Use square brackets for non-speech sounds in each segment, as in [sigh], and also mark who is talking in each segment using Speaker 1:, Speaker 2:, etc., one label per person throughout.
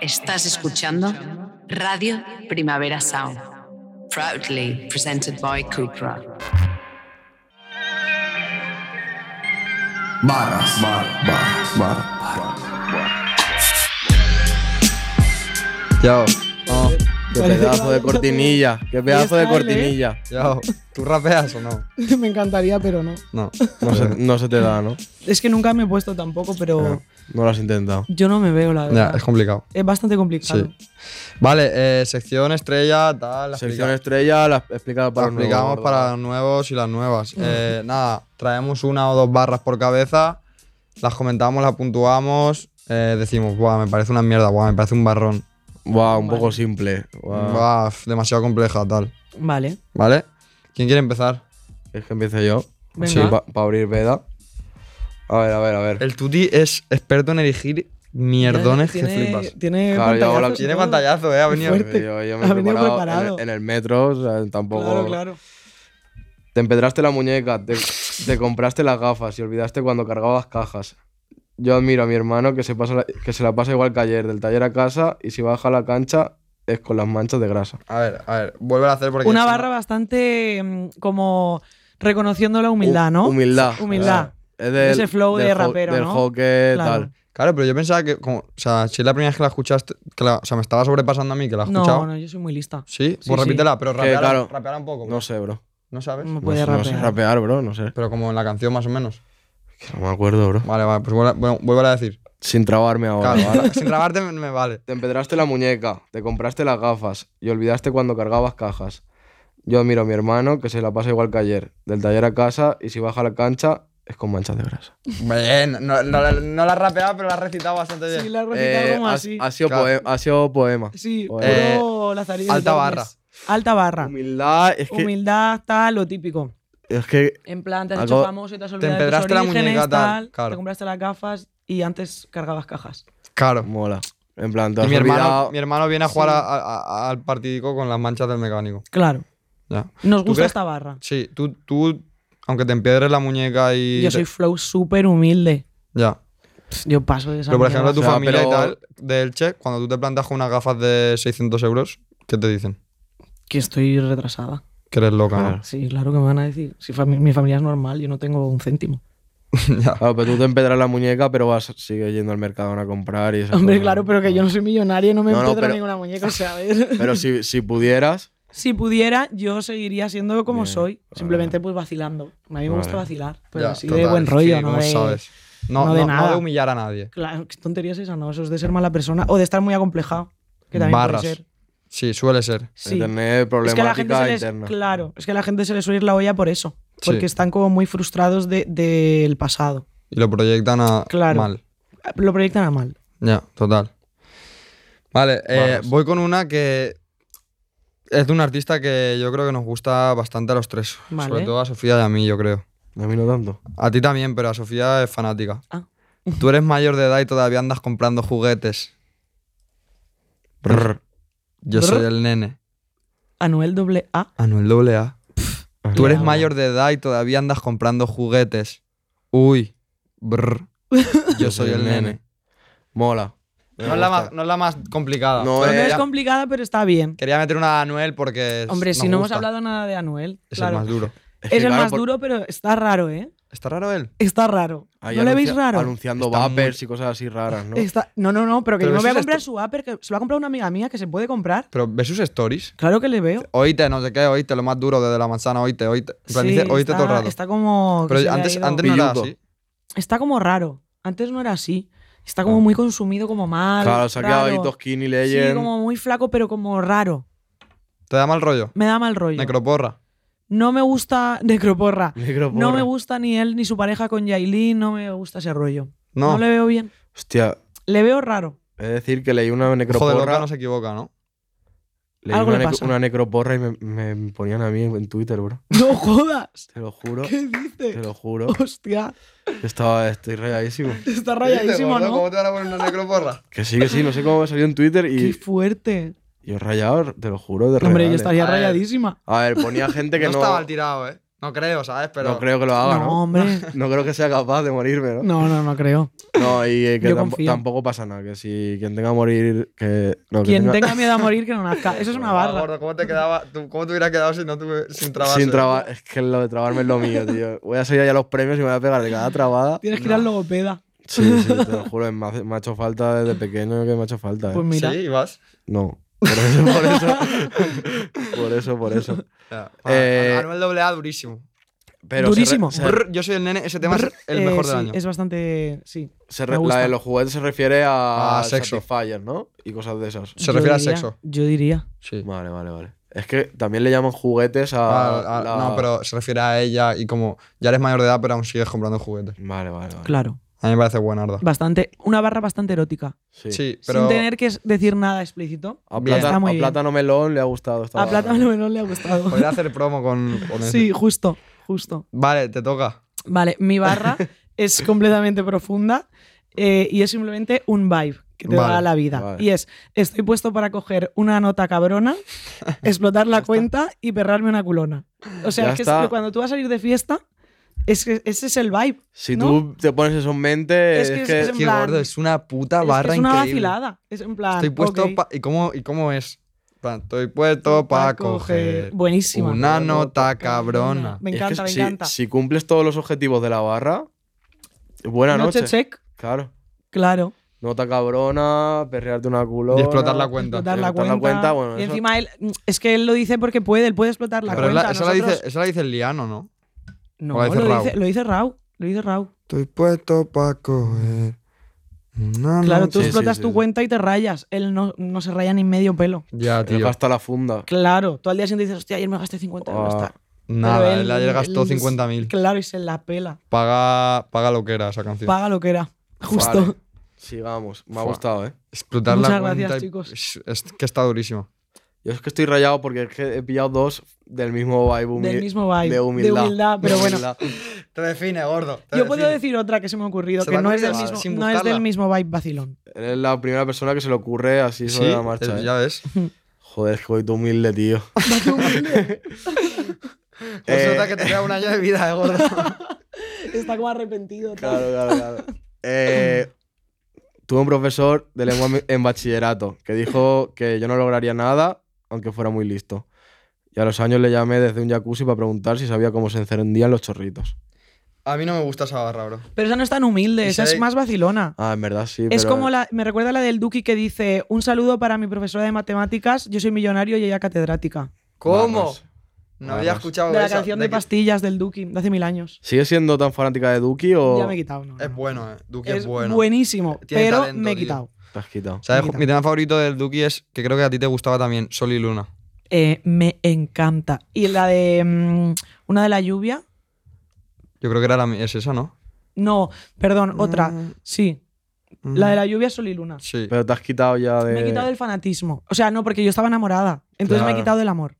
Speaker 1: Estás escuchando Radio Primavera Sound, proudly presented by Cupra.
Speaker 2: Varas, varas, varas, varas.
Speaker 3: Yo, Ah.
Speaker 4: Oh,
Speaker 5: Qué pedazo de cortinilla, qué pedazo de cortinilla.
Speaker 3: ¿eh? yo, ¿tú rapeas o no?
Speaker 4: [laughs] Me encantaría, pero no.
Speaker 3: No.
Speaker 5: No se, no se te da, ¿no?
Speaker 4: Es que nunca me he puesto tampoco, pero
Speaker 5: Eh, No lo has intentado.
Speaker 4: yo no me veo, la
Speaker 3: Ya,
Speaker 4: verdad.
Speaker 3: es complicado.
Speaker 4: es bastante complicado.
Speaker 3: Sí. Vale, eh, sección estrella, tal, la
Speaker 5: Sección
Speaker 3: explica-
Speaker 5: estrella, la explicada
Speaker 3: la
Speaker 5: para un nuevo,
Speaker 3: explicamos
Speaker 5: gordo.
Speaker 3: para los nuevos y las nuevas.
Speaker 5: Mm.
Speaker 3: Eh, nada, traemos una o dos barras por cabeza, las comentamos, las puntuamos, eh, decimos, buah, me parece una mierda, buah, me parece un barrón,
Speaker 5: Buah, un poco simple. Buah.
Speaker 3: buah, f- demasiado compleja, tal.
Speaker 4: Vale.
Speaker 3: ¿Vale? ¿Quién quiere empezar?
Speaker 5: Es que empiece yo.
Speaker 4: Venga.
Speaker 5: para abrir veda. A ver, a ver, a ver.
Speaker 3: El Tuti es experto en erigir mierdones que
Speaker 4: tiene, [laughs]
Speaker 3: flipas.
Speaker 4: Tiene
Speaker 5: Claro, yo hago la-
Speaker 3: Tiene
Speaker 4: pantallazos y todo.
Speaker 3: pantallazo, eh, ha venido.
Speaker 4: fuerte.
Speaker 5: Yo, yo me
Speaker 4: [laughs] Ha
Speaker 5: he
Speaker 4: venido
Speaker 5: preparado
Speaker 4: preparado.
Speaker 5: En, el, en el metro, o sea, tampoco.
Speaker 4: Claro, claro.
Speaker 5: Te empedraste la muñeca, te, te compraste las gafas y olvidaste cuando cargabas cajas. Yo admiro a mi hermano que se, pasa la- que se la pasa igual que ayer, del taller a casa, y si baja a la cancha es con las manchas de grasa.
Speaker 3: A ver, a ver, vuelve a hacer porque.
Speaker 4: Una
Speaker 3: si no-
Speaker 4: barra bastante mm, como reconociendo la humildad, ¿no?
Speaker 5: Humildad.
Speaker 4: Humildad.
Speaker 5: Es del,
Speaker 4: Ese flow
Speaker 5: del
Speaker 4: de
Speaker 5: ho-
Speaker 4: rapero,
Speaker 5: del
Speaker 4: ¿no?
Speaker 5: hockey,
Speaker 4: Claro.
Speaker 5: tal.
Speaker 3: Claro, pero yo pensaba que, como, o sea, si es la primera vez que la escuchaste, que la- o sea, me estaba sobrepasando a mí que la he escuchado.
Speaker 4: No, no, yo soy muy lista.
Speaker 3: Sí, pues
Speaker 4: Sí, Mm. sí.
Speaker 3: repítela, pero rapeala,
Speaker 5: claro.
Speaker 3: rapeala un poco.
Speaker 5: No
Speaker 3: No,
Speaker 5: sé, bro.
Speaker 3: no sabes.
Speaker 4: No
Speaker 5: Pues
Speaker 4: puede
Speaker 5: No, sé- no sé
Speaker 4: rapear.
Speaker 5: rapear, bro, no sé.
Speaker 3: Pero como en la canción más o menos.
Speaker 5: Que no me acuerdo, bro.
Speaker 3: Vale, vale, pues vuelve, bueno, vuélvela a decir.
Speaker 5: Sin trabarme ahora.
Speaker 3: Claro,
Speaker 4: [laughs]
Speaker 5: ¿vale?
Speaker 3: ahora, sin grabarte me, me vale.
Speaker 5: Te empedraste la muñeca, te compraste las gafas y olvidaste cuando cargabas cajas. Yo admiro a mi hermano que se la pasa igual que ayer, del taller a casa y si baja a la cancha es con manchas de grasa.
Speaker 3: Bien, no, no, la- no la has rapeado, pero la has recitado bastante bien.
Speaker 4: Sí, la he recitado
Speaker 5: Eh,
Speaker 4: como
Speaker 5: ha,
Speaker 4: así.
Speaker 5: ha sido
Speaker 3: Claro.
Speaker 5: poe- ha sido poema.
Speaker 4: Sí,
Speaker 5: Eh,
Speaker 4: puro Lazarillo
Speaker 3: alta
Speaker 4: Torres.
Speaker 3: barra.
Speaker 4: Alta barra.
Speaker 5: Humildad, es que,
Speaker 4: Humildad, tal, lo típico.
Speaker 5: es que
Speaker 4: En plan, te has
Speaker 5: Algo-
Speaker 4: hecho famoso y te has olvidado de tus
Speaker 3: empedraste la
Speaker 4: orígenes,
Speaker 3: muñeca, tal,
Speaker 4: tal,
Speaker 3: claro.
Speaker 4: Te compraste las gafas y antes cargabas cajas.
Speaker 3: Claro.
Speaker 5: mola. En plan, te
Speaker 3: Y
Speaker 5: has
Speaker 3: mi hermano,
Speaker 5: olvidado-
Speaker 3: mi hermano viene a jugar a- a- a- al partidico con las manchas del mecánico.
Speaker 4: Claro.
Speaker 3: Ya.
Speaker 4: Nos
Speaker 3: ¿Tú
Speaker 4: gusta
Speaker 3: crees-
Speaker 4: esta barra.
Speaker 3: Sí, tú, tú, aunque te empiedres la muñeca y.
Speaker 4: Yo soy flow súper humilde.
Speaker 3: Ya.
Speaker 4: Pff, Yo paso de esa
Speaker 3: Pero por ejemplo, tu
Speaker 5: O sea,
Speaker 3: familia y
Speaker 5: pero-
Speaker 3: tal, de Elche, cuando tú te plantas con unas gafas de 600 euros, ¿qué te dicen?
Speaker 4: Que estoy retrasada.
Speaker 3: Que eres loca,
Speaker 5: Claro.
Speaker 4: Sí, claro que me van a decir. Si fami- mi familia es normal, yo no tengo un céntimo.
Speaker 3: ¿no? Ya.
Speaker 5: Claro, pero tú te empedras la muñeca, pero vas sigue yendo al mercado a comprar y esas
Speaker 4: Hombre,
Speaker 5: cosas.
Speaker 4: claro, pero que yo no soy millonario, no me
Speaker 5: No, no,
Speaker 4: empedro
Speaker 5: pero-
Speaker 4: ninguna muñeca, o sea,
Speaker 3: [laughs]
Speaker 4: a ver.
Speaker 5: Pero si,
Speaker 4: [laughs]
Speaker 5: si pudieras,
Speaker 4: Si pudiera, yo seguiría siendo como
Speaker 5: Bien,
Speaker 4: soy,
Speaker 5: vale.
Speaker 4: simplemente pues vacilando. A mí me gusta
Speaker 5: Vale.
Speaker 4: vacilar, pero
Speaker 3: Ya,
Speaker 4: Pues así de
Speaker 3: total,
Speaker 4: buen
Speaker 3: sí,
Speaker 4: rollo, ¿no?
Speaker 3: ¿cómo
Speaker 4: De-
Speaker 3: sabes? No,
Speaker 4: no de
Speaker 3: no- no
Speaker 4: nada.
Speaker 3: humillar a nadie.
Speaker 4: Claro, qué tontería es esa, ¿no? Eso es de ser mala persona o de estar muy acomplejado, que también
Speaker 3: Barras.
Speaker 4: puede ser.
Speaker 3: Sí, suele ser.
Speaker 4: Sí.
Speaker 5: tener
Speaker 4: Es que a la gente
Speaker 5: problemática
Speaker 4: se les,
Speaker 5: interna.
Speaker 4: claro, es que a la gente se les suele ir la olla por eso, porque
Speaker 3: Sí.
Speaker 4: están como muy frustrados de- del pasado.
Speaker 3: Y lo proyectan a
Speaker 4: Claro.
Speaker 3: mal.
Speaker 4: Lo proyectan a mal.
Speaker 3: Ya, total. Vale, eh,
Speaker 5: Barras.
Speaker 3: voy con una que es de un artista que yo creo que nos gusta bastante a los tres.
Speaker 4: Vale.
Speaker 3: Sobre todo a Sofía y a mí, yo creo.
Speaker 5: A mí no tanto.
Speaker 3: A ti también, pero a Sofía es fanática.
Speaker 4: Ah.
Speaker 3: Tú eres mayor de edad y todavía andas comprando juguetes. Brr. Yo soy
Speaker 4: Brr.
Speaker 3: el nene.
Speaker 4: Anuel doble A.
Speaker 3: Anuel doble A. Tú eres
Speaker 4: Ya.
Speaker 3: mayor de edad y todavía andas comprando juguetes. Uy.
Speaker 4: [laughs]
Speaker 3: Brr. Yo soy el nene.
Speaker 5: Mola. Me
Speaker 3: No es, la
Speaker 5: gusta.
Speaker 3: más, no es la más complicada.
Speaker 5: No,
Speaker 3: pero
Speaker 5: eh,
Speaker 4: No es
Speaker 3: quería,
Speaker 4: complicada, pero está bien.
Speaker 3: quería meter una a Anuel porque. Pues es-
Speaker 4: Hombre, si
Speaker 3: nos
Speaker 4: no hemos
Speaker 3: gusta.
Speaker 4: hablado nada de Anuel,
Speaker 3: Es
Speaker 4: claro.
Speaker 3: el más duro.
Speaker 4: Es
Speaker 5: que
Speaker 4: el
Speaker 5: claro,
Speaker 4: más
Speaker 5: por-
Speaker 4: duro, pero está raro, ¿eh?
Speaker 3: ¿Está raro él?
Speaker 4: Está raro.
Speaker 5: ahí
Speaker 4: ¿No le veis
Speaker 5: anuncia-
Speaker 4: raro?
Speaker 5: Anunciando
Speaker 3: Está muy-
Speaker 5: vapers y cosas así raras, ¿no?
Speaker 4: Está- no, no, no, pero que
Speaker 3: Pero
Speaker 4: yo me voy a
Speaker 3: eso es
Speaker 4: comprar
Speaker 3: esto-
Speaker 4: su app, que se lo ha comprado una amiga mía que se puede comprar.
Speaker 3: Pero ve sus stories.
Speaker 4: Claro que le veo.
Speaker 3: Oíte, no sé qué, oíte, lo más duro desde la manzana, oíte, oíte. En plan,
Speaker 4: Sí,
Speaker 3: dice, oíte
Speaker 4: está,
Speaker 3: todo el rato.
Speaker 4: Está como. que se
Speaker 3: Pero
Speaker 4: le ha
Speaker 3: antes,
Speaker 4: ido-
Speaker 3: antes no era
Speaker 5: Pilludo.
Speaker 3: así.
Speaker 4: Está como raro. Antes no era así. Está
Speaker 3: Ah.
Speaker 4: como muy consumido, como mal.
Speaker 5: Claro, se ha quedado ahí
Speaker 4: raro.
Speaker 5: Tosquini
Speaker 4: Sí,
Speaker 5: Legend. [laughs]
Speaker 4: como muy flaco, pero como raro.
Speaker 3: Te da mal rollo.
Speaker 4: Me da mal rollo.
Speaker 3: Necroporra.
Speaker 4: No me gusta. [laughs] Necroporra.
Speaker 5: Necroporra.
Speaker 4: No me gusta ni él ni su pareja con Yailin. No me gusta ese rollo.
Speaker 3: No.
Speaker 4: le veo bien.
Speaker 5: Hostia,
Speaker 4: Le veo raro.
Speaker 3: [laughs]
Speaker 5: es decir que leí una
Speaker 3: Joder, loca
Speaker 5: necroporra.
Speaker 3: no se equivoca, ¿no?
Speaker 5: leí
Speaker 4: Algo
Speaker 5: una,
Speaker 4: le
Speaker 5: nec-
Speaker 4: pasa.
Speaker 5: una necroporra y me, me- me ponían a mí en, en Twitter, bro.
Speaker 4: ¡No jodas!
Speaker 5: Te lo juro.
Speaker 4: ¿Qué
Speaker 5: Te
Speaker 4: dices?
Speaker 5: lo juro.
Speaker 4: Hostia.
Speaker 5: Estaba, estoy rayadísimo.
Speaker 4: Está rayadísimo, ¿no?
Speaker 3: te van a poner una [laughs] necroporra?
Speaker 5: Que sí, que sí, no sé cómo me salió en Twitter
Speaker 4: Qué
Speaker 5: y
Speaker 4: fuerte.
Speaker 5: yo rayado, te lo juro, de
Speaker 4: Hombre,
Speaker 5: regales.
Speaker 4: yo estaría
Speaker 3: A ver.
Speaker 4: rayadísima.
Speaker 5: A ver, ponía gente que
Speaker 3: no,
Speaker 5: no.
Speaker 3: estaba al tirado, ¿eh? No creo, ¿sabes? Pero
Speaker 5: no creo que lo haga,
Speaker 4: no,
Speaker 5: ¿no? [laughs]
Speaker 4: hombre.
Speaker 5: No creo que sea capaz de morirme, ¿no?
Speaker 4: No, no, no creo.
Speaker 5: No, y eh, que
Speaker 4: Yo
Speaker 5: tampo-
Speaker 4: confío.
Speaker 5: tampoco pasa nada, que si quien tenga que morir, que... no, que
Speaker 4: Quien tenga miedo a morir, que no nazca. Eso es una
Speaker 3: Ah,
Speaker 4: barra.
Speaker 3: gordo, ¿cómo te, quedaba, tú- ¿Cómo te hubieras quedado si no tuve, sin trabarse?
Speaker 4: ¿eh?
Speaker 5: Sin trabar, es que lo de trabarme es lo mío, tío. Voy a salir allá a los premios y me voy a pegar de
Speaker 4: [laughs]
Speaker 5: cada trabada.
Speaker 4: Tienes que ir al logopeda.
Speaker 5: Sí, sí, te lo juro, me, hace- me ha hecho falta desde pequeño que me ha hecho falta. ¿eh?
Speaker 4: Pues mira.
Speaker 3: Sí, y vas.
Speaker 5: No. Por eso, [laughs] por eso. por eso, por eso.
Speaker 3: Ya.
Speaker 5: Eh,
Speaker 3: Anuel doble A durísimo.
Speaker 5: Pero
Speaker 4: Durísimo.
Speaker 5: se re- se-
Speaker 3: Brr, yo soy el nene, ese tema
Speaker 4: Brr,
Speaker 3: es el
Speaker 4: eh,
Speaker 3: mejor del
Speaker 4: sí,
Speaker 3: año.
Speaker 4: Es bastante. Sí.
Speaker 5: se
Speaker 4: me
Speaker 5: re- la
Speaker 4: gusta. Ah,
Speaker 5: de los juguetes se refiere a,
Speaker 3: A sexo.
Speaker 5: Satisfyer, ¿no? Y cosas de esas.
Speaker 3: Se
Speaker 4: Yo
Speaker 3: refiere al
Speaker 4: diría-
Speaker 3: sexo.
Speaker 4: Yo diría.
Speaker 3: Sí.
Speaker 5: Vale, vale, vale. Es que también le llaman juguetes a.
Speaker 3: Ah, ah,
Speaker 5: la-
Speaker 3: No, pero se refiere a ella y como ya eres mayor de edad, pero aún sigues comprando juguetes.
Speaker 5: Vale, vale, vale.
Speaker 4: Claro.
Speaker 3: A mí me parece buena, Arda.
Speaker 4: Bastante. Una barra bastante erótica.
Speaker 5: Sí.
Speaker 3: Sí, pero.
Speaker 4: Sin tener que decir nada explícito.
Speaker 5: A,
Speaker 3: Bien.
Speaker 5: plata-
Speaker 4: Está muy
Speaker 5: a
Speaker 4: bien.
Speaker 5: Plátano Melón le ha gustado esta ¿eh?
Speaker 4: A
Speaker 5: barra.
Speaker 4: Plátano Melón le ha gustado. [laughs]
Speaker 3: Podría hacer promo con. con ese.
Speaker 4: Sí, justo, justo.
Speaker 3: Vale, te toca.
Speaker 4: Vale,
Speaker 3: [laughs]
Speaker 4: mi barra es completamente profunda eh, y es simplemente un vibe que te
Speaker 3: Vale,
Speaker 4: da la vida.
Speaker 5: vale.
Speaker 4: Y es, estoy puesto para coger una nota
Speaker 3: [laughs]
Speaker 4: cabrona, explotar la cuenta y perrarme una culona. O sea,
Speaker 5: Ya
Speaker 4: es que es-
Speaker 5: está.
Speaker 4: cuando tú vas a salir de fiesta, es que ese es el vibe.
Speaker 5: Si
Speaker 4: ¿no?
Speaker 5: tú te pones eso en mente,
Speaker 4: Es
Speaker 5: es,
Speaker 4: que
Speaker 5: que.
Speaker 4: es- En
Speaker 3: Qué
Speaker 4: plan-
Speaker 3: gordo, es una puta
Speaker 4: Es que
Speaker 3: barra
Speaker 4: es una
Speaker 3: increíble.
Speaker 4: vacilada. Es en plan.
Speaker 3: Estoy puesto
Speaker 4: Ah, ok,
Speaker 3: pa- ¿Y cómo, ¿Y cómo es? En plan, Estoy puesto para
Speaker 4: pa'
Speaker 3: coger.
Speaker 4: Buenísima.
Speaker 3: Una nota cabrona.
Speaker 4: Me
Speaker 5: es que
Speaker 4: encanta, me
Speaker 5: si-
Speaker 4: encanta.
Speaker 5: Si cumples todos los objetivos de la barra, buena noche.
Speaker 4: noche check,
Speaker 5: Claro.
Speaker 4: claro.
Speaker 5: Nota cabrona, perrearte una culona.
Speaker 3: Y explotar la cuenta.
Speaker 4: explotar la
Speaker 5: Explotar
Speaker 4: cuenta.
Speaker 5: la cuenta, bueno,
Speaker 4: y
Speaker 5: eso-
Speaker 4: encima él, mm, es que él lo dice porque puede, él puede explotar la
Speaker 3: Pero
Speaker 4: cuenta.
Speaker 3: la- esa, la
Speaker 4: Nosotros-
Speaker 3: dice, esa la dice el liano, ¿no?
Speaker 4: no,
Speaker 3: o la dice
Speaker 4: lo,
Speaker 3: Rau.
Speaker 4: dice, lo dice Rau. Lo dice Rau.
Speaker 3: Estoy puesto para coger. una
Speaker 4: Claro, tú
Speaker 5: sí,
Speaker 3: noche-
Speaker 4: explotas
Speaker 5: sí,
Speaker 4: tu
Speaker 5: sí.
Speaker 4: cuenta y te rayas. Él no, no se raya ni medio pelo.
Speaker 3: Ya,
Speaker 5: Él
Speaker 3: tío.
Speaker 5: gasta la funda.
Speaker 4: Claro, tú al día siguiente dices, hostia, ayer me gasté 50 euros.
Speaker 5: Ah,
Speaker 4: tal".
Speaker 3: Nada,
Speaker 4: Pero
Speaker 3: él, ayer gastó
Speaker 4: él-
Speaker 3: 50.000.
Speaker 4: Claro, y se la pela.
Speaker 3: Paga, paga lo que era esa canción.
Speaker 4: Paga lo que era. Justo.
Speaker 5: Vale, sigamos. Me ha
Speaker 3: Fua.
Speaker 5: gustado, ¿eh?
Speaker 3: Explotar la
Speaker 4: Muchas
Speaker 3: cuenta.
Speaker 4: gracias,
Speaker 3: y-
Speaker 4: chicos.
Speaker 3: Es, es que está durísimo.
Speaker 5: Yo es que estoy rayado porque es que he pillado dos del mismo vibe. humi-
Speaker 4: Del mismo vibe.
Speaker 5: De humildad.
Speaker 4: De humildad, pero
Speaker 5: De
Speaker 4: bueno.
Speaker 5: humildad.
Speaker 3: Te define, gordo.
Speaker 4: Yo puedo decir otra que se me ha ocurrido,
Speaker 3: Se
Speaker 4: que
Speaker 3: la
Speaker 4: no
Speaker 3: ha
Speaker 4: es, del
Speaker 3: cogido
Speaker 4: mismo,
Speaker 3: sin
Speaker 4: no es
Speaker 3: buscarla.
Speaker 4: del mismo vibe vacilón.
Speaker 5: Eres la primera persona que se le ocurre así
Speaker 3: Sí,
Speaker 5: sobre la marcha.
Speaker 3: eh,
Speaker 5: ¿eh?
Speaker 3: ya [laughs] ves.
Speaker 5: Joder, es que voy tú humilde,
Speaker 4: [laughs]
Speaker 5: tío.
Speaker 3: Pues
Speaker 5: [laughs] Eh,
Speaker 3: nota que te queda un año de vida, eh, gordo.
Speaker 4: Está como arrepentido. tal.
Speaker 5: Claro, claro, claro. Eh, tuve un profesor de lengua en- en bachillerato que dijo que yo no lograría nada aunque fuera muy listo. Y a los años le llamé desde un jacuzzi para preguntar si sabía cómo se encendían los chorritos.
Speaker 3: [laughs] A mí no me gusta esa barra, bro.
Speaker 4: Pero esa no es tan humilde,
Speaker 3: Y
Speaker 4: esa
Speaker 3: se
Speaker 4: es
Speaker 3: ve-
Speaker 4: más vacilona.
Speaker 5: Ah, en verdad sí.
Speaker 4: Es
Speaker 5: pero-
Speaker 4: como la. Me recuerda a la del Duki que dice: Un saludo para mi profesora de matemáticas, yo soy millonario y ella catedrática.
Speaker 3: ¿Cómo?
Speaker 5: Vamos.
Speaker 3: No había
Speaker 5: Vamos.
Speaker 3: escuchado
Speaker 4: De la
Speaker 3: Ah, esa,
Speaker 4: canción de
Speaker 3: que-
Speaker 4: pastillas del Duki, de hace mil años.
Speaker 5: ¿Sigue siendo tan fanática de Duki o
Speaker 4: Ya me he quitado, no, no.
Speaker 3: Oh, Es bueno, eh. Duque es,
Speaker 4: Es
Speaker 3: bueno.
Speaker 4: buenísimo,
Speaker 3: Tiene
Speaker 4: pero
Speaker 3: talento,
Speaker 4: me he
Speaker 3: tío.
Speaker 4: quitado.
Speaker 5: te has quitado?
Speaker 3: ¿Sabes?
Speaker 4: Quita.
Speaker 3: Mi tema favorito del Duki es que creo que a ti te gustaba también, Sol y Luna.
Speaker 4: Eh, me encanta. Y la de. mm, una de la lluvia.
Speaker 3: Yo creo que era la, mi- es esa, ¿no?
Speaker 4: No, perdón,
Speaker 3: Mm.
Speaker 4: otra. Sí, la de la lluvia, sol y luna.
Speaker 3: Sí.
Speaker 5: Mm, Pero te has quitado ya de.
Speaker 4: Me he quitado del fanatismo. O sea, no, porque yo estaba enamorada. Entonces me
Speaker 5: Claro.
Speaker 4: he quitado del amor.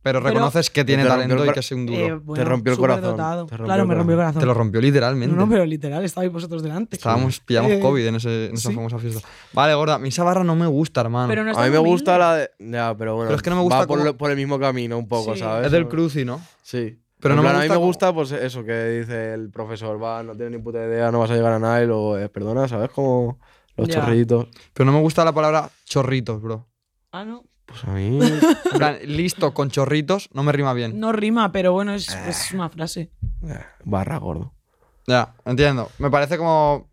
Speaker 3: Pero reconoces que tiene
Speaker 5: Te rompió el
Speaker 3: talento y
Speaker 5: cora-
Speaker 3: que es un
Speaker 4: Eh,
Speaker 3: duro.
Speaker 4: bueno,
Speaker 5: rompió el corazón,
Speaker 4: superdotado.
Speaker 5: te rompió
Speaker 4: Claro,
Speaker 5: el
Speaker 4: me rompió el corazón.
Speaker 3: Te lo rompió literalmente.
Speaker 4: Eh, No, no, pero literal, estabais vosotros delante.
Speaker 3: Estábamos, pillamos
Speaker 4: Eh,
Speaker 3: COVID en, ese, en esa
Speaker 4: sí.
Speaker 3: famosa fiesta. Vale, gorda, a mí esa barra no me gusta, hermano.
Speaker 4: Pero no es
Speaker 5: a mí
Speaker 4: tan
Speaker 5: me
Speaker 4: humilde.
Speaker 5: gusta la de. Ya, pero bueno.
Speaker 3: Pero es que no me gusta
Speaker 5: Va por,
Speaker 3: cómo-
Speaker 5: lo- por el mismo camino un poco,
Speaker 4: Sí.
Speaker 5: ¿sabes?
Speaker 3: es del cruci, ¿no?
Speaker 5: Sí.
Speaker 3: Pero
Speaker 5: En
Speaker 3: no me
Speaker 5: plan, a mí
Speaker 3: gusta
Speaker 5: me
Speaker 3: cómo-
Speaker 5: gusta pues eso que dice el profesor, va, no tienes ni puta idea, no vas a llegar a nada y luego, eh, perdona, ¿sabes? Como los
Speaker 4: Ya.
Speaker 5: chorritos.
Speaker 3: Pero no me gusta la palabra chorritos, bro.
Speaker 4: Ah, no.
Speaker 5: Pues
Speaker 4: [laughs]
Speaker 5: a mí...
Speaker 3: En plan, [laughs] listo con chorritos no me rima bien.
Speaker 4: No rima, pero bueno, es, es una frase.
Speaker 5: eh, Barra gordo.
Speaker 3: Ya, entiendo. Me parece como.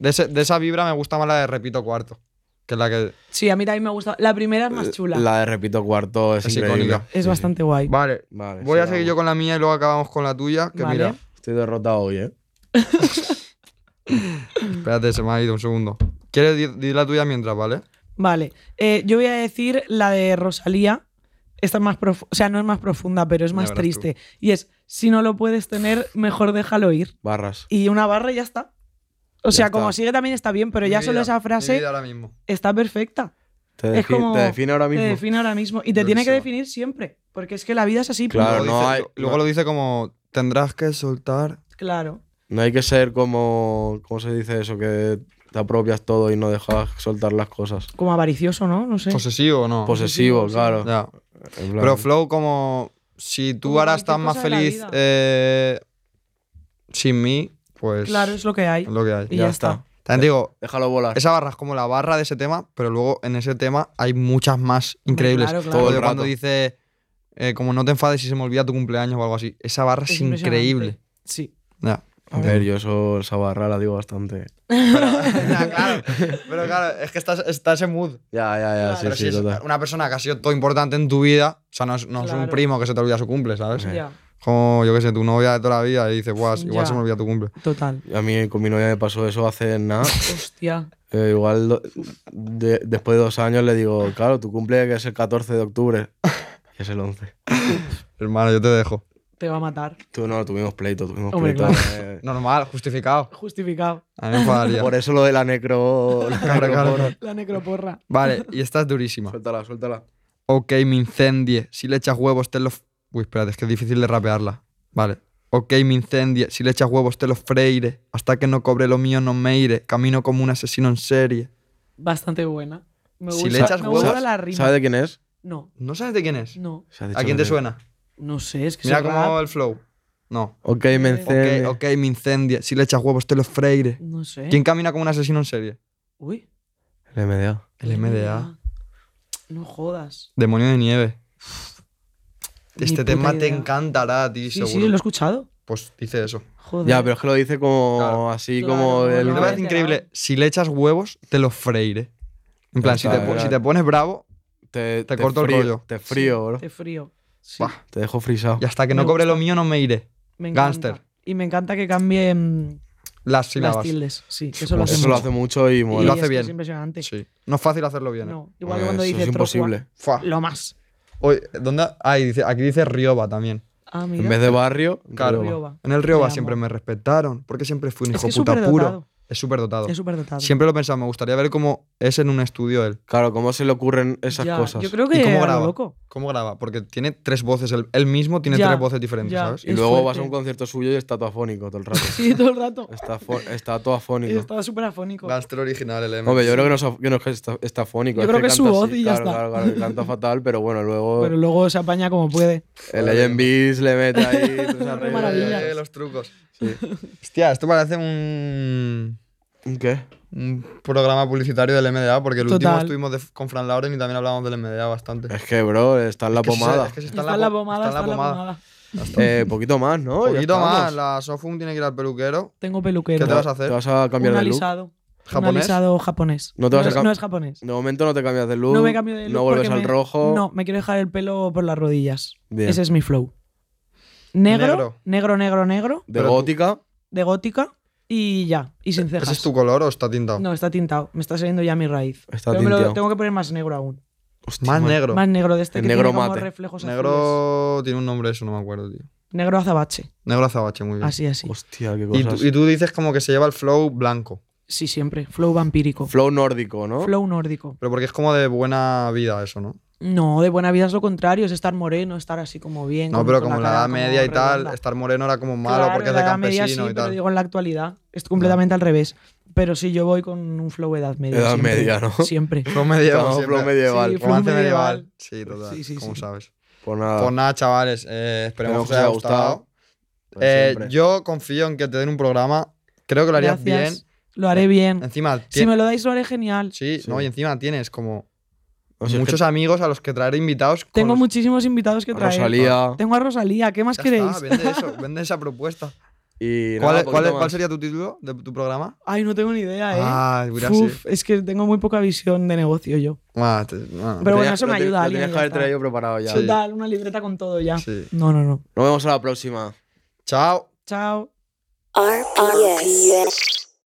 Speaker 3: De, ese- de esa vibra me gusta más la de repito cuarto. Que es la que.
Speaker 4: Sí, a mí también me gusta. La primera es
Speaker 3: Eh,
Speaker 4: más chula.
Speaker 5: La de repito cuarto es,
Speaker 3: Es
Speaker 5: increíble.
Speaker 3: icónica.
Speaker 5: Sí,
Speaker 4: es
Speaker 5: sí.
Speaker 4: bastante guay.
Speaker 3: Vale.
Speaker 5: Vale,
Speaker 3: Voy a
Speaker 5: sigamos.
Speaker 3: seguir yo con la mía y luego acabamos con la tuya. Que
Speaker 4: Vale.
Speaker 3: mira.
Speaker 5: Estoy derrotado hoy, ¿eh?
Speaker 3: Espérate, se me ha ido un segundo. ¿Quieres di- di la tuya mientras, vale?
Speaker 4: Vale. Eh, yo voy a decir la de Rosalía. Esta es más prof- o sea, no es más profunda, pero es
Speaker 3: Ya
Speaker 4: más
Speaker 3: verás tú.
Speaker 4: triste. Y es, si no lo puedes tener, mejor déjalo ir.
Speaker 5: Barras.
Speaker 4: Y una barra y ya está. O
Speaker 5: Ya
Speaker 4: sea,
Speaker 5: está.
Speaker 4: como sigue también está bien, pero ya
Speaker 3: Mi
Speaker 4: solo
Speaker 3: vida,
Speaker 4: esa
Speaker 3: mi
Speaker 4: frase
Speaker 3: vida ahora mismo.
Speaker 4: está perfecta.
Speaker 5: Te,
Speaker 4: Es
Speaker 5: defi-
Speaker 4: como-
Speaker 5: te define ahora mismo.
Speaker 4: Te define ahora mismo. Y te tiene que
Speaker 3: Durísimo.
Speaker 4: definir siempre. Porque es que la vida es así. pues,
Speaker 5: Claro,
Speaker 3: luego
Speaker 5: no
Speaker 3: dice,
Speaker 5: hay-
Speaker 3: luego
Speaker 5: no-
Speaker 3: lo dice como. Tendrás que soltar.
Speaker 4: Claro.
Speaker 5: No hay que ser como... ¿Cómo se dice eso? Que te apropias todo y no dejas soltar las cosas.
Speaker 3: Pues
Speaker 4: Como avaricioso, ¿no? No sé.
Speaker 3: Posesivo o no.
Speaker 5: Posesivo, claro.
Speaker 3: Ya.
Speaker 5: En plan-
Speaker 3: Pero Flow como si tú
Speaker 4: Como
Speaker 3: ahora
Speaker 4: cualquier
Speaker 3: estás más
Speaker 4: cosa de la
Speaker 3: feliz
Speaker 4: vida.
Speaker 3: eh, sin mí, pues
Speaker 4: Claro, es lo que hay.
Speaker 3: es lo que hay.
Speaker 4: Y ya, está.
Speaker 3: También digo,
Speaker 5: Déjalo volar.
Speaker 3: esa barra es como la barra de ese tema, pero luego en ese tema hay muchas más increíbles.
Speaker 4: claro, claro.
Speaker 3: Como
Speaker 5: Todo el
Speaker 3: de cuando
Speaker 5: rato.
Speaker 3: dice, eh, como no te enfades si se me olvida tu cumpleaños o algo así. Esa barra es,
Speaker 4: Es impresionante.
Speaker 3: increíble.
Speaker 4: Sí.
Speaker 3: Ya.
Speaker 5: A ver, yo eso, esa barra la digo bastante.
Speaker 3: [laughs] Ya, claro. Pero claro, es que está, está ese mood.
Speaker 5: Ya, ya, ya,
Speaker 3: Pero
Speaker 5: sí,
Speaker 3: si
Speaker 5: sí,
Speaker 3: es
Speaker 5: total.
Speaker 3: una persona que ha sido todo importante en tu vida, o sea, no es, no es un
Speaker 4: Claro.
Speaker 3: primo que se te olvida su cumple, ¿sabes?
Speaker 4: Ya.
Speaker 3: Como, yo qué sé, tu novia de toda la vida y dices, guau, igual
Speaker 4: Ya.
Speaker 3: se me olvida tu cumple.
Speaker 4: Total.
Speaker 5: A mí con mi novia me pasó eso hace nada.
Speaker 4: Hostia.
Speaker 5: Eh, igual do- de- después de dos años le digo, claro, tu cumple que es el 14 de octubre. [laughs] Y es el 11.
Speaker 3: Hermano, yo te dejo.
Speaker 4: Te va a matar.
Speaker 5: Tú no, tuvimos pleito, tuvimos
Speaker 4: Hombre,
Speaker 5: pleito. eh.
Speaker 3: Normal, justificado.
Speaker 4: Justificado.
Speaker 3: A mí me enfadaría.
Speaker 5: Por eso lo de la
Speaker 3: [laughs]
Speaker 5: necro... la
Speaker 3: Claro, claro,
Speaker 5: necropora.
Speaker 3: claro.
Speaker 4: La necroporra.
Speaker 3: Vale, y esta es durísima.
Speaker 5: Suéltala, suéltala.
Speaker 3: Ok, me incendie. Si le echas huevos, te los. Uy, espérate, es que es difícil de rapearla. Vale. Ok, me incendie. Si le echas huevos, te los freire. Hasta que no cobre lo mío, no me iré. Camino como un asesino en serie.
Speaker 4: Bastante buena. Me
Speaker 3: Si
Speaker 4: gusta,
Speaker 3: le echas
Speaker 4: me
Speaker 3: huevos-
Speaker 4: gusta
Speaker 5: ¿Sabes
Speaker 4: la rima.
Speaker 5: ¿sabe de quién es?
Speaker 4: No,
Speaker 3: ¿No sabes de quién es?
Speaker 4: no.
Speaker 5: Se ha dicho
Speaker 3: ¿A quién
Speaker 5: que-
Speaker 3: te suena?
Speaker 4: No sé, es que
Speaker 3: Mira
Speaker 4: ese
Speaker 3: cómo
Speaker 4: rap,
Speaker 3: el flow. No.
Speaker 5: Ok, me
Speaker 3: Ok,
Speaker 5: encende.
Speaker 3: ok, me incendie. Si le echas huevos, te los freire.
Speaker 4: No sé.
Speaker 3: ¿Quién camina como un asesino en serie?
Speaker 4: Uy.
Speaker 5: El MDA.
Speaker 3: El MDA.
Speaker 4: No jodas.
Speaker 3: Demonio de nieve.
Speaker 4: Ni
Speaker 3: Este
Speaker 4: puta
Speaker 3: tema te
Speaker 4: idea.
Speaker 3: encantará a ti,
Speaker 4: Sí,
Speaker 3: seguro.
Speaker 4: sí, lo he escuchado.
Speaker 3: Pues dice eso.
Speaker 4: Joder.
Speaker 5: Ya, pero es que lo dice como
Speaker 3: Claro.
Speaker 5: así,
Speaker 4: Claro,
Speaker 5: como
Speaker 4: no,
Speaker 5: el...
Speaker 3: Me
Speaker 4: no,
Speaker 3: parece
Speaker 4: literal.
Speaker 3: increíble. Si le echas huevos, te los freiré. En plan, si te,
Speaker 5: está,
Speaker 3: po-
Speaker 5: ya.
Speaker 3: si te pones bravo
Speaker 5: Te,
Speaker 3: te corto el
Speaker 5: frío-
Speaker 3: rollo.
Speaker 5: Te frío, bro.
Speaker 4: Te frío. Sí,
Speaker 3: Buah.
Speaker 5: Te dejo frisado.
Speaker 3: y hasta que
Speaker 4: Me
Speaker 3: no cobre
Speaker 4: gusta.
Speaker 3: lo mío, no me iré.
Speaker 4: me encanta.
Speaker 3: Gangster.
Speaker 4: Y me encanta que cambie mm,
Speaker 3: Las
Speaker 4: las
Speaker 3: sílabas.
Speaker 4: tildes. Sí, que eso lo hace
Speaker 5: pues, Eso lo hace mucho y
Speaker 4: mucho.
Speaker 5: mola.
Speaker 4: Y
Speaker 3: Lo hace
Speaker 4: es que
Speaker 3: bien.
Speaker 4: Es impresionante.
Speaker 3: Sí. No es fácil hacerlo bien. ¿eh?
Speaker 4: No, igual
Speaker 5: Eso
Speaker 4: que cuando dice
Speaker 5: es imposible.
Speaker 4: trocua,
Speaker 3: Fua.
Speaker 4: Lo más.
Speaker 3: Oye, ¿dónde? Ah, y dice, aquí dice Rioba también.
Speaker 4: Ah, mira.
Speaker 5: En vez de barrio,
Speaker 3: Claro.
Speaker 5: Rioba.
Speaker 4: Rioba.
Speaker 3: En el Rioba
Speaker 4: Te
Speaker 3: siempre
Speaker 4: amo.
Speaker 3: me respetaron porque siempre fui un
Speaker 4: Es
Speaker 3: hijo
Speaker 4: que es
Speaker 3: puta
Speaker 4: superdotado.
Speaker 3: puro. Es súper dotado.
Speaker 4: Es súper dotado.
Speaker 3: Siempre lo pensaba. Me gustaría ver cómo es en un estudio él.
Speaker 5: Claro, ¿cómo se le ocurren esas
Speaker 4: Ya,
Speaker 5: cosas?
Speaker 4: Yo creo
Speaker 3: ¿Y
Speaker 4: que
Speaker 3: cómo
Speaker 4: a lo
Speaker 3: graba?
Speaker 4: loco.
Speaker 3: ¿Cómo graba? Porque tiene tres voces. Él, él mismo tiene
Speaker 4: Ya,
Speaker 3: tres voces diferentes,
Speaker 4: ya.
Speaker 3: ¿sabes?
Speaker 5: Y
Speaker 4: Es
Speaker 5: luego vas a
Speaker 4: fuerte.
Speaker 5: un concierto suyo y está todo afónico todo el rato.
Speaker 4: Sí, [laughs] todo el rato.
Speaker 5: está, afo- está todo afónico.
Speaker 4: Estaba súper afónico.
Speaker 3: Gangster original, el M.
Speaker 5: Hombre, yo creo que no, es af- que no es que está, está afónico.
Speaker 4: Yo creo que es
Speaker 5: es
Speaker 4: su
Speaker 5: canta
Speaker 4: voz
Speaker 5: así,
Speaker 4: y ya
Speaker 5: claro,
Speaker 4: está.
Speaker 5: Claro, claro, canta fatal, pero bueno,
Speaker 4: [laughs]
Speaker 5: luego
Speaker 4: Pero luego se apaña como puede.
Speaker 5: el A&B le
Speaker 4: [laughs]
Speaker 5: mete ahí. pues, tres arreglos.
Speaker 4: maravilla.
Speaker 3: Eh, los trucos. [laughs] Hostia, esto parece un,
Speaker 5: ¿Un ¿Qué?
Speaker 3: un programa publicitario del MDA, porque el último
Speaker 4: Total.
Speaker 3: estuvimos de- con Fran Lauren y también hablamos del MDA bastante.
Speaker 5: Es que, bro, está en la
Speaker 3: Que se-
Speaker 5: pomada.
Speaker 3: es que se
Speaker 4: Está,
Speaker 3: en
Speaker 4: en la
Speaker 3: po-
Speaker 4: pomada, está, en la pomada.
Speaker 5: Eh, poquito más, ¿no?
Speaker 3: Un
Speaker 5: Ya
Speaker 3: poquito más,
Speaker 5: estamos.
Speaker 3: la Sofum tiene que ir al peluquero.
Speaker 4: Tengo
Speaker 3: ¿Qué
Speaker 4: peluquero.
Speaker 3: te vas a hacer?
Speaker 5: Te vas a cambiar
Speaker 4: un
Speaker 5: de look.
Speaker 4: alisado.
Speaker 3: ¿Japonés?
Speaker 4: Un alisado japonés.
Speaker 5: No te vas a
Speaker 4: es-
Speaker 5: cam-
Speaker 4: no es japonés.
Speaker 5: De momento no te cambias de look.
Speaker 4: No me cambio de look
Speaker 5: No vuelves
Speaker 4: porque
Speaker 5: al
Speaker 4: me-
Speaker 5: rojo.
Speaker 4: No, me quiero dejar el pelo por las rodillas.
Speaker 5: Bien.
Speaker 4: Ese es mi flow. Negro,
Speaker 3: Negro.
Speaker 4: negro, negro, negro,
Speaker 5: De
Speaker 3: Pero tú-
Speaker 5: gótica.
Speaker 4: de gótica y ya. Y sin cejas.
Speaker 3: ¿Ese es tu color o está tintado?
Speaker 4: No, está tintado. Me está saliendo ya mi raíz.
Speaker 5: Está
Speaker 4: Pero me lo-
Speaker 5: tinteado.
Speaker 4: tengo que poner más negro aún.
Speaker 5: Hostia,
Speaker 3: Más
Speaker 5: man.
Speaker 3: negro.
Speaker 4: Más negro de este
Speaker 5: El
Speaker 4: que
Speaker 5: negro
Speaker 4: tiene como
Speaker 5: mate.
Speaker 4: reflejos azules.
Speaker 3: negro tiene un nombre eso, no me acuerdo, tío.
Speaker 4: Negro azabache.
Speaker 3: Negro azabache, muy bien.
Speaker 4: Así, así.
Speaker 5: Hostia, qué
Speaker 3: y,
Speaker 5: cosas.
Speaker 3: tú, y tú dices como que se lleva el flow blanco,
Speaker 4: Sí, siempre. Flow vampírico.
Speaker 5: Flow nórdico, ¿no?
Speaker 4: Flow nórdico.
Speaker 3: pero porque es como de buena vida eso, ¿no?
Speaker 4: No, de buena vida es lo contrario, es estar moreno, estar así como bien.
Speaker 3: No,
Speaker 4: como
Speaker 3: pero
Speaker 4: con
Speaker 3: como en la
Speaker 4: cara
Speaker 3: edad
Speaker 4: como
Speaker 3: media y tal,
Speaker 4: redonda.
Speaker 3: estar moreno era como malo
Speaker 4: Claro,
Speaker 3: porque es
Speaker 4: en la
Speaker 3: de
Speaker 4: edad media
Speaker 3: campesino
Speaker 4: sí,
Speaker 3: y
Speaker 4: Pero
Speaker 3: tal.
Speaker 4: digo en la actualidad, es completamente al revés. Pero sí, yo voy con un flow edad media.
Speaker 5: Edad
Speaker 4: siempre,
Speaker 5: media, ¿no?
Speaker 4: Siempre.
Speaker 3: [laughs] Flow medieval.
Speaker 5: Estamos
Speaker 3: siempre.
Speaker 5: flow medieval.
Speaker 4: Sí, flow
Speaker 3: Romance [laughs] medieval.
Speaker 4: medieval.
Speaker 3: Sí, total.
Speaker 4: Sí, sí,
Speaker 3: como
Speaker 4: sí.
Speaker 3: sabes.
Speaker 5: Por nada.
Speaker 3: Pues nada, chavales, eh, esperemos que os haya gustado.
Speaker 5: Como
Speaker 3: Eh,
Speaker 5: siempre.
Speaker 3: yo confío en que te den un programa. Creo que lo harías
Speaker 4: Gracias. Lo haré bien.
Speaker 3: bien. Encima,
Speaker 4: Si
Speaker 3: tien-
Speaker 4: me lo dais, lo haré genial.
Speaker 3: sí,
Speaker 5: Sí.
Speaker 3: No, y encima tienes como
Speaker 5: O sea, es
Speaker 3: muchos
Speaker 5: que
Speaker 3: amigos a los que traer invitados. con
Speaker 4: Tengo
Speaker 3: los-
Speaker 4: muchísimos invitados que traer.
Speaker 5: Rosalía.
Speaker 4: Tengo a Rosalía, ¿qué más
Speaker 3: Ya
Speaker 4: queréis?
Speaker 3: está, vende eso, vende esa propuesta.
Speaker 5: [laughs] Y
Speaker 3: ¿Cuál,
Speaker 5: nada,
Speaker 3: es- cuál, es-
Speaker 5: poquito
Speaker 3: cuál
Speaker 5: más.
Speaker 3: sería tu título de tu programa?
Speaker 4: Ay, no tengo ni idea, ¿eh?
Speaker 3: Ah, mira,
Speaker 4: Uf,
Speaker 3: sí.
Speaker 4: es que tengo muy poca visión de negocio yo.
Speaker 3: Ah, te- bueno,
Speaker 4: Pero
Speaker 5: Lo
Speaker 4: bueno,
Speaker 5: tenías-
Speaker 4: eso me
Speaker 5: lo te-
Speaker 4: ayuda.
Speaker 5: lo
Speaker 4: alguien,
Speaker 5: tenías
Speaker 4: ya
Speaker 5: que haber
Speaker 4: está.
Speaker 5: traído preparado ya.
Speaker 3: Sí.
Speaker 4: Total, una libreta con todo ya.
Speaker 3: sí.
Speaker 4: No, no, no.
Speaker 5: Nos vemos a la próxima.
Speaker 3: Chao.
Speaker 4: Chao.
Speaker 6: RPS.